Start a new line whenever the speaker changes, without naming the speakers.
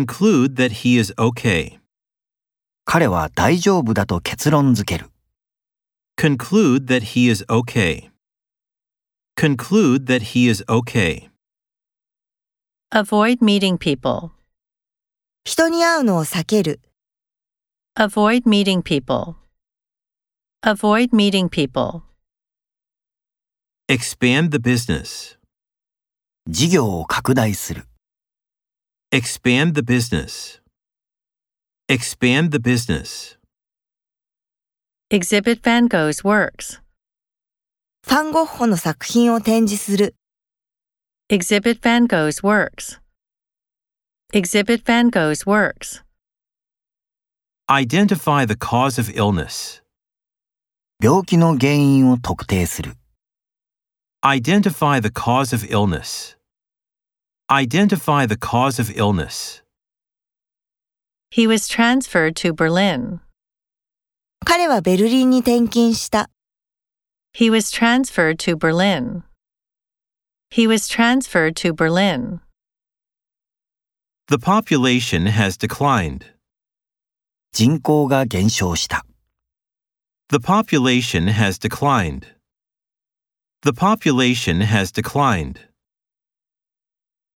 Conclude that he is okay.
彼は大丈夫だと結論づける。
Conclude that he is okay. Conclude that he is okay.
Avoid meeting people.
人に会うのを避ける。
Avoid meeting people. Avoid meeting people.
Expand the business.
事業を拡大する。
Expand the business. Expand the business.
Exhibit Van Gogh's works.
ファンゴッホの作品を展示する。
Exhibit Van Gogh's works. Exhibit Van Gogh's works.
Identify the cause of illness.
病気の原因を特定する。
Identify the cause of illness. Identify the cause of illness.
He was transferred to Berlin.
彼はベルリンに転勤した。
He was transferred to Berlin. He was transferred to Berlin.
The population has declined.
人口が減少した。
The population has declined. The population has declined.